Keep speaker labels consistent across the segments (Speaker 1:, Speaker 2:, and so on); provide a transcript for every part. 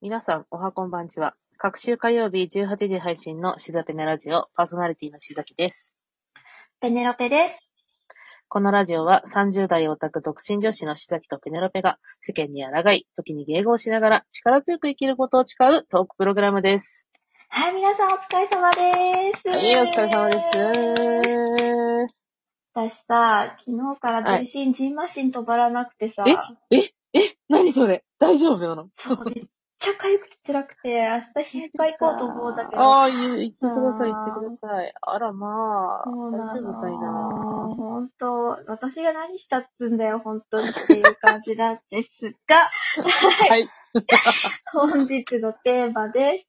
Speaker 1: 皆さん、おはこんばんちは。各週火曜日18時配信のしざペネラジオ、パーソナリティのしざきです。
Speaker 2: ペネロペです。
Speaker 1: このラジオは30代オタク独身女子のしざきとペネロペが世間に抗い、時に迎合しながら力強く生きることを誓うトークプログラムです。
Speaker 2: はい、皆さんお疲れ様です。
Speaker 1: はい、お疲れ様です。
Speaker 2: 私さ、昨日から全身ジンマシン止まらなくてさ、
Speaker 1: え、何それ大丈夫なの
Speaker 2: そう、めっちゃ痒くて辛くて、明日皮膚科行こうと思うんだけど。
Speaker 1: ああ、言う言ってください、言ってください。あらまあ、
Speaker 2: そ
Speaker 1: 大
Speaker 2: うな
Speaker 1: 丈夫かいな。
Speaker 2: の。本当、私が何したっつうんだよ、本当にっていう感じなんですが、
Speaker 1: はい、
Speaker 2: 本日のテーマです。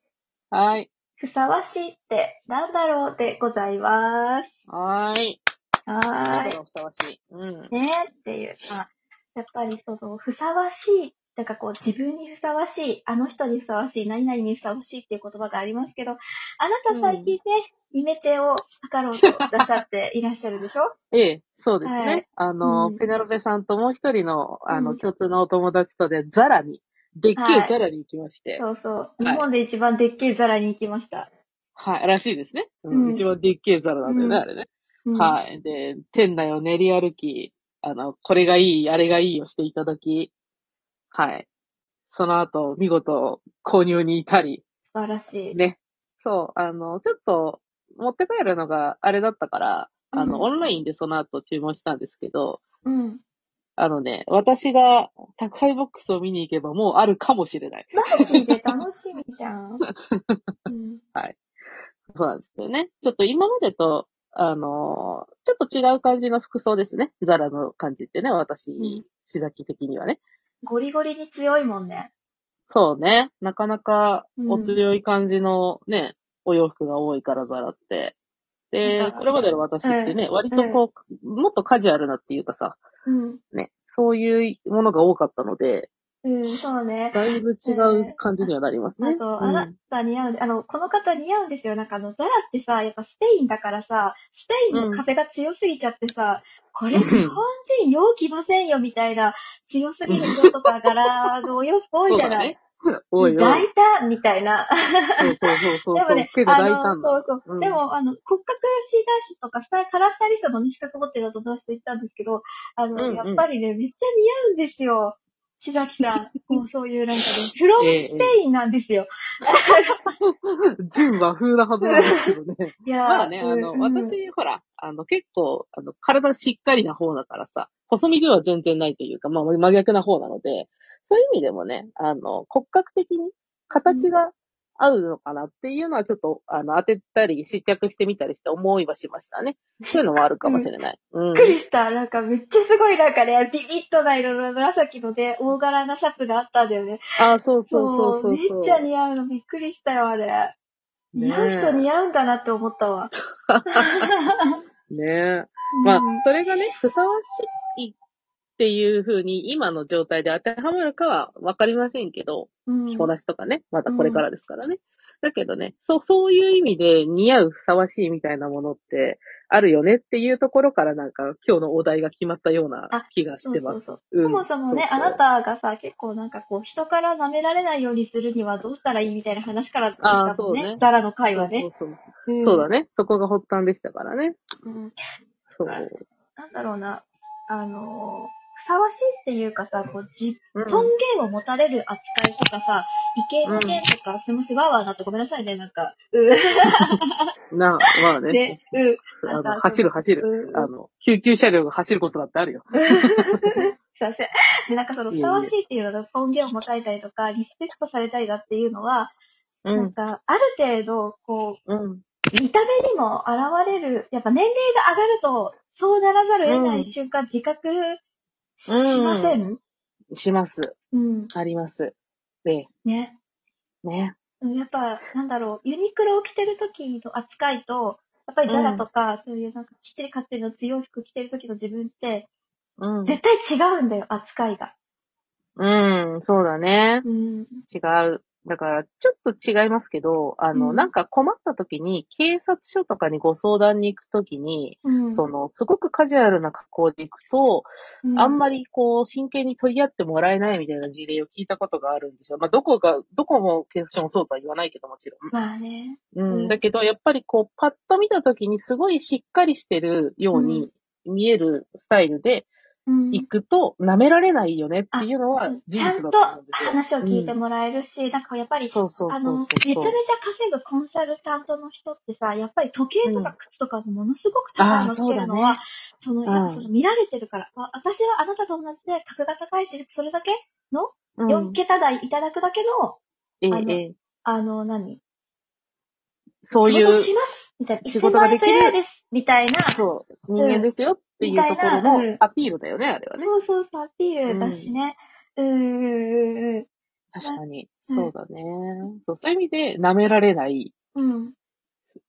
Speaker 1: はい、
Speaker 2: ふさわしいってなんだろうでございます。
Speaker 1: はーい。
Speaker 2: は
Speaker 1: 何
Speaker 2: ーい
Speaker 1: か。がふさわしい。うん。
Speaker 2: ねっていう。まあ、やっぱりその、ふさわしい、なんかこう、自分にふさわしい、あの人にふさわしい、何々にふさわしいっていう言葉がありますけど、あなた最近ね、イメチェを測ろうとくださっていらっしゃるでしょ
Speaker 1: ええ、そうですね。
Speaker 2: はい
Speaker 1: あの、
Speaker 2: うん
Speaker 1: ペナロペさんともう一人の、あの、
Speaker 2: うん
Speaker 1: 共通のお友達とで、ザラに、でっけ
Speaker 2: は
Speaker 1: え
Speaker 2: い
Speaker 1: ザラに行きまして、
Speaker 2: そうそう。
Speaker 1: はい
Speaker 2: 日本で一番でっけえ皿に行きました。
Speaker 1: はい、らしいですね。うん、
Speaker 2: うん
Speaker 1: 一番でっけえザラなんだよね、あれ
Speaker 2: うん
Speaker 1: ね、
Speaker 2: うん
Speaker 1: はい。で、店内を練り歩き、あの、これがいい、あれがいいをしていただき、はい。その後、見事、購入に至り、
Speaker 2: 素晴らしい。
Speaker 1: ね。そう、あの、ちょっと、持って帰るのがあれだったから、あの、
Speaker 2: うん
Speaker 1: オンラインでその後注文したんですけど、
Speaker 2: うん。
Speaker 1: あのね、私が宅配ボックスを見に行けばもうあるかもしれない。
Speaker 2: マジで楽しみじゃ ん。うん、
Speaker 1: そうなんですよね。ちょっと今までと、あのーちょっと違う感じの服装ですね。ザラの感じってね、私、
Speaker 2: ん
Speaker 1: しざき的にはね。
Speaker 2: ゴリゴリに強いもんね。
Speaker 1: そうね。なかなか
Speaker 2: うん
Speaker 1: お強い感じのね、お洋服が多いからザラって。
Speaker 2: な
Speaker 1: で
Speaker 2: ん、か
Speaker 1: これまでの私ってね、割とこう、もっとカジュアルなっていうかさ、
Speaker 2: うん。
Speaker 1: ね、そういうものが多かったので、
Speaker 2: うん、そうね。
Speaker 1: だいぶ違う感じにはなりますね。
Speaker 2: あと、
Speaker 1: う
Speaker 2: あ
Speaker 1: ん
Speaker 2: なた似合うんで、あの、この方似合うんですよ。なんかあの、ザラってさ、やっぱスペインだからさ、スペインの風が強すぎちゃって さ、これ
Speaker 1: うん
Speaker 2: 日本人よう来ませんよみたいな、強すぎる人とか柄のお洋服多いじゃない、
Speaker 1: 多いよ。
Speaker 2: 大胆みたいな。
Speaker 1: そうそうそうそう。
Speaker 2: でもね
Speaker 1: 結、構
Speaker 2: あ
Speaker 1: 大
Speaker 2: の、
Speaker 1: 胆だ。
Speaker 2: そうそう。
Speaker 1: うん
Speaker 2: でも、あの、骨格診断士とかスタカラースタイリストのね資格持ってる友達と言ったんですけど、あの、
Speaker 1: うんうん
Speaker 2: やっぱりね、めっちゃ似合うんですよ。しざ きさん。こう、そういうなんかね、フロムスペインなんですよ。
Speaker 1: 純和風なはずなんですけどね。
Speaker 2: いやー
Speaker 1: まあね、あの、
Speaker 2: うんうん
Speaker 1: 私、ほら、あの、結構、あの、体しっかりな方だからさ、細身では全然ないというか、まあ、真逆な方なので、そういう意味でもね、あの、骨格的に形が合うのかなっていうのは、ちょっと、あの、当てたり、試着してみたりして思いはしましたね。そういうのもあるかもしれない。うん。
Speaker 2: びっくりした。なんかめっちゃすごいなんかね、ビビッとな色の紫ので、大柄なシャツがあったんだよね。
Speaker 1: あ、そうそうそうそうそう。
Speaker 2: めっちゃ似合うのびっくりしたよ、あれ。似合う人似合うんだなって思ったわ。
Speaker 1: ねえ。 まあ
Speaker 2: うん、
Speaker 1: それがね、ふさわしいっていう風に今の状態で当てはまるかはわかりませんけど、
Speaker 2: うん
Speaker 1: 着こなしとかね、まだこれからですからね。だけどね、そう、そういう意味で似合うふさわしいみたいなものってあるよねっていうところからなんか今日のお題が決まったような気がしてます。
Speaker 2: そうそう
Speaker 1: うん
Speaker 2: そう。そもそもね、
Speaker 1: そうそう
Speaker 2: あなたがさ、結構なんかこう、人から舐められないようにするにはどうしたらいいみたいな話からでしたもん
Speaker 1: あーそう
Speaker 2: ね
Speaker 1: ね。
Speaker 2: ザラの会はね。
Speaker 1: そうそう
Speaker 2: うん
Speaker 1: そうだね。そこが発端でしたからね。
Speaker 2: うん
Speaker 1: そう。
Speaker 2: なんだろうな、あのーふさわしいっていうかさ、こう、じ
Speaker 1: うん
Speaker 2: 尊厳を持たれる扱いとかさ、意見の件とか、すみません、わーわーなってごめんなさいね、なんか。う
Speaker 1: なあ、まあ
Speaker 2: ん、
Speaker 1: ね。
Speaker 2: で、うん。
Speaker 1: あ
Speaker 2: あと
Speaker 1: の
Speaker 2: あと
Speaker 1: 走る走る。
Speaker 2: う ん、
Speaker 1: あの、救急車両が走ることだってあるよ。
Speaker 2: すいません。で、なんかその、ふさわしいっていうのが尊厳を持たれたりとか、リスペクトされたりだっていうのは、
Speaker 1: う
Speaker 2: なん。か、ある程度、こ
Speaker 1: うん。
Speaker 2: う、見た目にも現れる、やっぱ年齢が上がると、そうならざるを得な
Speaker 1: うん
Speaker 2: い瞬間、自覚しません、
Speaker 1: します。
Speaker 2: うん、
Speaker 1: あります。で、
Speaker 2: ね。
Speaker 1: ね。
Speaker 2: うんやっぱ、なんだろう、ユニクロを着てる時の扱いと、やっぱりザラとか、そういうなんかきっちりかっちりの強い服着てる時の自分って、
Speaker 1: うん。
Speaker 2: 絶対違うんだよ、扱いが。
Speaker 1: うん、そうだね。
Speaker 2: うん。
Speaker 1: 違う。だから、ちょっと違いますけど、あの、
Speaker 2: うん
Speaker 1: なんか困った時に、警察署とかにご相談に行く時に、
Speaker 2: うん。
Speaker 1: その、すごくカジュアルな格好で行くと、
Speaker 2: うん。
Speaker 1: あんまりこう、真剣に取り合ってもらえないみたいな事例を聞いたことがあるんですよ。まあ、どこが、どこも警察署もそうとは言わないけどもちろん。
Speaker 2: まあね。
Speaker 1: うん、
Speaker 2: うん
Speaker 1: だけど、やっぱりこう、パッと見た時にすごいしっかりしてるように見えるスタイルで
Speaker 2: うん。
Speaker 1: 行くと、舐められないよねっていうのは
Speaker 2: うん
Speaker 1: 事
Speaker 2: ちゃん
Speaker 1: 実だ
Speaker 2: と
Speaker 1: と思うんですよ。
Speaker 2: 話を聞いてもらえるし、なんかやっぱり、
Speaker 1: そうそう
Speaker 2: あ
Speaker 1: そう
Speaker 2: の、
Speaker 1: そ
Speaker 2: め
Speaker 1: う。
Speaker 2: ちゃめちゃ稼ぐコンサルタントの人ってさ、やっぱり時計とか靴とかものすごく高いのつけるの
Speaker 1: あ
Speaker 2: は
Speaker 1: ー、
Speaker 2: その、
Speaker 1: ん
Speaker 2: やっぱその見られてるから、あ私はあなたと同じで格が高いし、それだけ、
Speaker 1: うん
Speaker 2: 4桁台いただくだけの、
Speaker 1: ええ
Speaker 2: あの
Speaker 1: ええ
Speaker 2: あの、何
Speaker 1: そうい
Speaker 2: 仕
Speaker 1: う
Speaker 2: 事、しますみたいな。
Speaker 1: 仕
Speaker 2: 1000
Speaker 1: 事が
Speaker 2: 万円
Speaker 1: でき
Speaker 2: プ
Speaker 1: る
Speaker 2: レイヤーですみたいな。そう
Speaker 1: そう、人間ですよっていうところ
Speaker 2: みたいなうん
Speaker 1: のアピールだよね、あれはね。
Speaker 2: そうそう、アピールだしね。うん、うん、うん、うん
Speaker 1: 確かに。
Speaker 2: うん
Speaker 1: そうだね。そうそういう意味で舐められない
Speaker 2: うん。うん。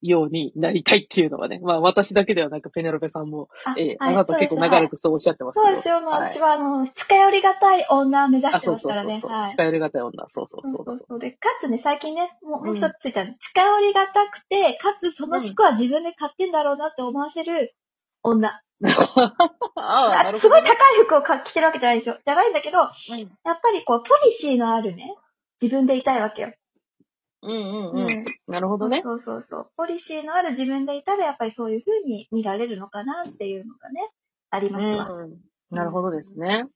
Speaker 1: ようになりたいっていうのはね、まあ私だけではなくペネロペさんも、
Speaker 2: あ
Speaker 1: ええ
Speaker 2: はい
Speaker 1: あなた結構長ら
Speaker 2: そうですはい
Speaker 1: くそうおっしゃってますけど。
Speaker 2: そうですよ。まあ、
Speaker 1: はい
Speaker 2: 私は、あの、近寄りがたい女を目指
Speaker 1: あ、
Speaker 2: して
Speaker 1: そう
Speaker 2: ます
Speaker 1: そう
Speaker 2: か
Speaker 1: そ
Speaker 2: ら
Speaker 1: う
Speaker 2: ね。
Speaker 1: そう、
Speaker 2: はい。
Speaker 1: 近寄りがたい女、そうそう
Speaker 2: そ
Speaker 1: そうう
Speaker 2: そ
Speaker 1: だ
Speaker 2: う
Speaker 1: そう。
Speaker 2: そうで、かつね、最近ね、もうもう
Speaker 1: う
Speaker 2: 一
Speaker 1: ん
Speaker 2: つついたの、近寄りがたくて、かつその服は自分で買ってんだろうなって思わせる女。
Speaker 1: ああ、な
Speaker 2: あ
Speaker 1: る
Speaker 2: す
Speaker 1: ほ
Speaker 2: ご
Speaker 1: ど
Speaker 2: い
Speaker 1: ね、
Speaker 2: 高い服をか着てるわけじゃないんですよ。じゃないんだけど、やっぱりこう、ポリシーのあるね、自分でいたいわけよ。
Speaker 1: うんうんうんうん。なるほどね。
Speaker 2: そうそうそう。ポリシーのある自分でいたら、やっぱりそういう風に見られるのかなっていうのがね、あり
Speaker 1: う
Speaker 2: ますわ。
Speaker 1: ん。なるほどですね。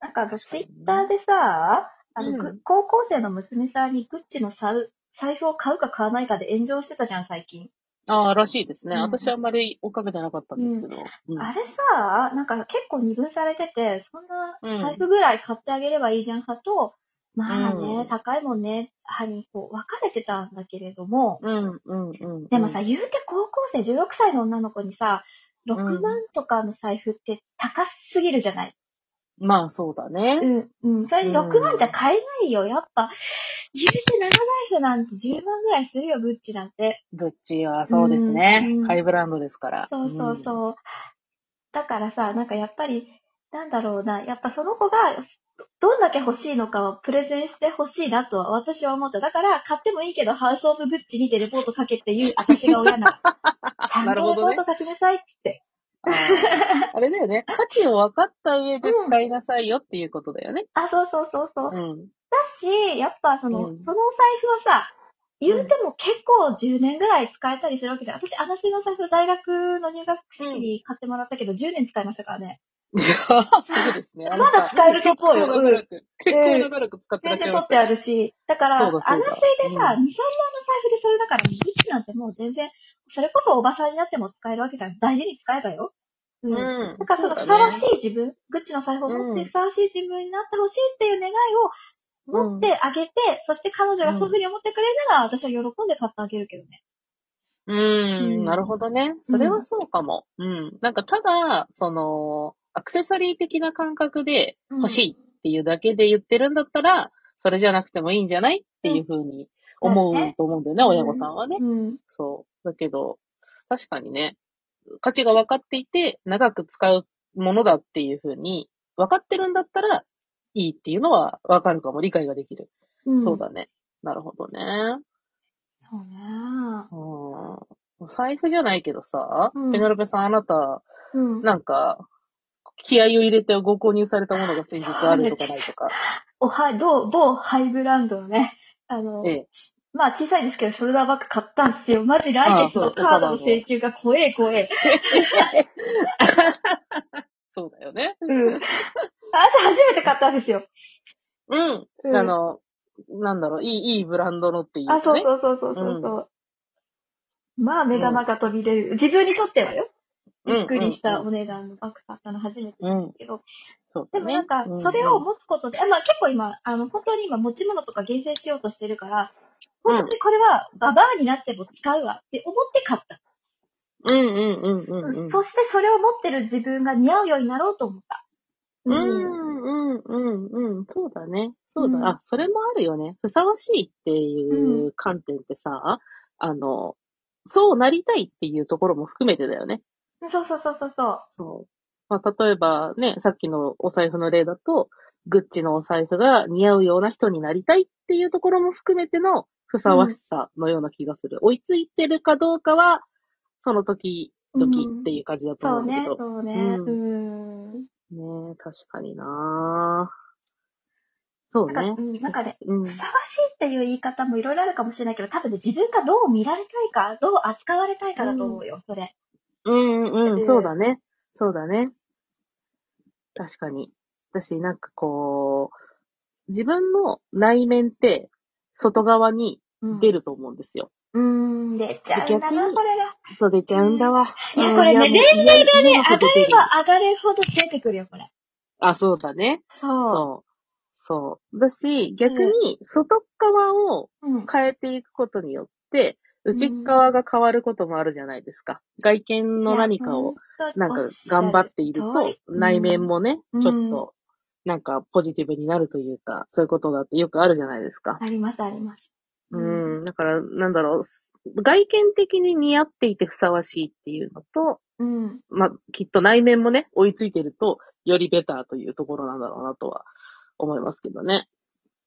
Speaker 2: なんかあの、
Speaker 1: 確か
Speaker 2: ツ
Speaker 1: に
Speaker 2: イ
Speaker 1: ね
Speaker 2: ッターでさ、あの、
Speaker 1: うん
Speaker 2: ぐ高校生の娘さんにグッチの財財布を買うか買わないかで炎上してたじゃん、最近。
Speaker 1: ああ、らしいですね。
Speaker 2: うん
Speaker 1: 私あんまり追っかけてなかったんですけど。うん
Speaker 2: あれさ、なんか結構二分されてて、そん
Speaker 1: うん
Speaker 2: な財布ぐらい買ってあげればいいじゃん派と、まあね、
Speaker 1: うん
Speaker 2: 高いもんね、派にこう分かれてたんだけれども、
Speaker 1: うんうんうん。
Speaker 2: でもさ、、言うて高校生16歳の女の子にさ、6万とかの財布って高すぎるじゃない。
Speaker 1: まあそうだね。
Speaker 2: うん、うん。それで6万じゃ買えないよ。やっぱ、言うて長財布なんて10万ぐらいするよ、グッチなんて。
Speaker 1: グッチはそうですね
Speaker 2: うん。
Speaker 1: ハイブランドですから。
Speaker 2: そうそう
Speaker 1: うん。
Speaker 2: そう。だからさ、なんかやっぱり、なんだろうな、やっぱその子が、どどんだけ欲しいのかをプレゼンしてほしいなとは私は思った。だから、買ってもいいけど、ハウスオブグッチ見てレポート書けっていう、私が親 なの。ちゃん
Speaker 1: なる
Speaker 2: と
Speaker 1: ほ
Speaker 2: レポ
Speaker 1: ど
Speaker 2: ー
Speaker 1: ね
Speaker 2: ト書きなさいっつって。
Speaker 1: あーあれだよね。価値を分かった上で使いなさいよっていうことだよね。
Speaker 2: あ、そうそうそうそう。
Speaker 1: うん。
Speaker 2: だし、やっぱその、
Speaker 1: うん
Speaker 2: そのお財布はさ、言うても結構10年ぐらい使えたりするわけじゃん。私、あの製の財布大学の入学式に買ってもらったけど、10年使いましたからね。
Speaker 1: いやすごいですね。 あな
Speaker 2: ま
Speaker 1: た
Speaker 2: だ使えると思う
Speaker 1: 結
Speaker 2: よ
Speaker 1: 構長らく、結構
Speaker 2: ええ
Speaker 1: 長らく使ってら
Speaker 2: 全
Speaker 1: っしゃいま
Speaker 2: 然取っ
Speaker 1: してた
Speaker 2: あ
Speaker 1: よ。
Speaker 2: るし。だから、
Speaker 1: そうだそうだ
Speaker 2: あの製でさ、
Speaker 1: う
Speaker 2: 2、3年の財布でそれだから、グッチなんてもう全然、それこそおばさんになっても使えるわけじゃん。大事に使えばよ。うん。
Speaker 1: うん
Speaker 2: なんかそのふさわしい自分、グッチの財布を持っ
Speaker 1: うん
Speaker 2: てふさわしい自分になってほしいっていう願いを持ってあげて、そして彼女がそういうふうに思ってくれるなら、私は喜んで買ってあげるけどね。
Speaker 1: う
Speaker 2: うん
Speaker 1: ん、なるほどね。それはそうかも。うん。なんかただ、その、アクセサリー的な感覚で欲しいっていうだけで言ってるんだったら、それじゃなくてもいいんじゃないっていうふうに思う
Speaker 2: うん
Speaker 1: と思うんだよね、
Speaker 2: うん
Speaker 1: 親御さんはね。
Speaker 2: うん。
Speaker 1: そう。だけど、確かにね、価値が分かっていて、長く使うものだっていうふうに、分かってるんだったら、いいっていうのは分かるかも、理解ができる。
Speaker 2: うん。
Speaker 1: そう。だね。なるほどね。
Speaker 2: そうね。
Speaker 1: うん。お財布じゃないけどさ、
Speaker 2: うん
Speaker 1: ペナルペさんあなた、
Speaker 2: うん。
Speaker 1: なんか、気合を入れてご購入されたものが先日あるとかないと か。
Speaker 2: おは、どう、某ハイブランドのね、あの、
Speaker 1: ええ
Speaker 2: まあ小さいですけど、ショルダーバッグ買ったんすよ。マジ来月のカードの請求が怖え怖え。
Speaker 1: そうだよね。
Speaker 2: うん。 私初めて買ったんですよ。
Speaker 1: うん。
Speaker 2: うん、
Speaker 1: あの、なんだろう、いい、いいブランドのっていう、ね。
Speaker 2: あ、そうそうそうそうそうそう、まあ目玉が飛び出る。自分にとってはよ。
Speaker 1: うん
Speaker 2: びっくりし
Speaker 1: う
Speaker 2: た
Speaker 1: んう
Speaker 2: お値段のバッグ買ったの初めて
Speaker 1: う
Speaker 2: なん
Speaker 1: ん
Speaker 2: で。すけど。
Speaker 1: そうだ
Speaker 2: で
Speaker 1: ね。
Speaker 2: もなんか
Speaker 1: う、
Speaker 2: それを持つことで、あまあ結構今、あの、本当に今持ち物とか厳選しようとしてるから、本当にこれはババアになっても使うわって思って買った。
Speaker 1: うんうんうんうんうん。
Speaker 2: そしてそれを持ってる自分が似合うようになろうと思った。
Speaker 1: う。んうんうんうん。そうだね。そうだ。
Speaker 2: うん
Speaker 1: あ、それもあるよね。ふさわしいっていう観点ってさ、あの、そうなりたいっていうところも含めてだよね。
Speaker 2: そうそうそうそうそう。
Speaker 1: そう。まあ、例えばね、さっきのお財布の例だと、グッチのお財布が似合うような人になりたいっていうところも含めてのふさわしさのような気がする。追いついてるかどうかは、その時々っていう感じだと思
Speaker 2: そううん
Speaker 1: だけ
Speaker 2: ね、
Speaker 1: ど。
Speaker 2: そうね。
Speaker 1: う
Speaker 2: うん。
Speaker 1: ねえ、確かになそう
Speaker 2: な
Speaker 1: ね
Speaker 2: んかう。んなんかね
Speaker 1: うん
Speaker 2: ふさわしいっていう言い方もいろいろあるかもしれないけど、多分ね、自分がどう見られたいか、どう扱われたいかだと思うよ、それ。
Speaker 1: うんう
Speaker 2: で
Speaker 1: ん、そうだね。そうだね。確かに。私、なんかこう、自分の内面って、外側に出
Speaker 2: る。
Speaker 1: ると思うんですよ。
Speaker 2: うーん、出ちゃうんだ
Speaker 1: 逆
Speaker 2: な、
Speaker 1: に
Speaker 2: これが。
Speaker 1: そう出ちゃうんだわ。
Speaker 2: いや
Speaker 1: うん
Speaker 2: これね
Speaker 1: いやもう嫌
Speaker 2: ね、
Speaker 1: な
Speaker 2: 上
Speaker 1: こ
Speaker 2: が
Speaker 1: と出
Speaker 2: れ
Speaker 1: てる
Speaker 2: ば上がるほど出てくるよ、これ。
Speaker 1: あ、そうだね。
Speaker 2: そう。
Speaker 1: そう。そう。だし、逆に、外側を
Speaker 2: うん。
Speaker 1: 変えていくことによって、内側が変わることもあるじゃないですか。外見の何かを、なんか頑張っていると、内面
Speaker 2: も。
Speaker 1: もね、
Speaker 2: うん
Speaker 1: ちょっと、なんかポジティブになるというか、そういうことだってよくあるじゃないですか。
Speaker 2: あります、あります。
Speaker 1: うん。だから、なんだろう。外見的に似合っていてふさわしいっていうのと、
Speaker 2: うん。
Speaker 1: まあ、きっと内面もね、追いついてると、よりベターというところなんだろうなとは思いますけどね。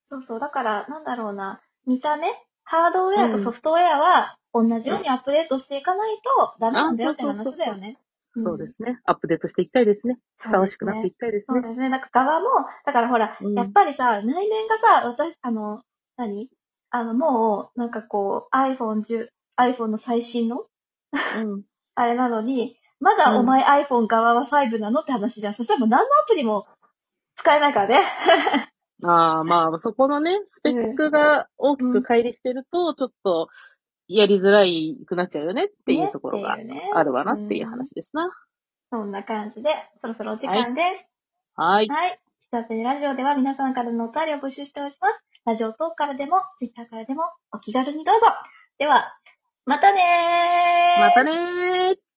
Speaker 2: そうそう。だから、なんだろうな。見た目ハードウェアとソフトウェアは、同じようにアップデートしていかないと、ダメなんだよって
Speaker 1: あそうそうそうそ
Speaker 2: 話
Speaker 1: う
Speaker 2: だよね。うん
Speaker 1: そうですね。アップデートしていきたいですね。ふさわしくなっていきたいです
Speaker 2: そう
Speaker 1: ね。
Speaker 2: ですね。なんか側も、だからほら、
Speaker 1: うん
Speaker 2: やっぱりさ、内面がさ、私、あの、何あの、もう、なんかこう、iPhone10、iPhone の最新の、
Speaker 1: うん。
Speaker 2: あれなのに、まだお前 iPhone 側は5なのって話じゃん。そしたらもう何のアプリも使えないからね。
Speaker 1: ああ、まあ、そこのね、スペックが大きく乖離してると、ちょっと、やりづらいくなっちゃうよねっていうところが
Speaker 2: ねっていうね
Speaker 1: あるわなっていう話ですな。
Speaker 2: そんな感じで、そろそろお時間です。
Speaker 1: はい。
Speaker 2: はい。喫茶店ラジオでは皆さんからのお便りを募集しております。ラジオトークからでも、ツイッターからでも、お気軽にどうぞ。では、またねー
Speaker 1: またねー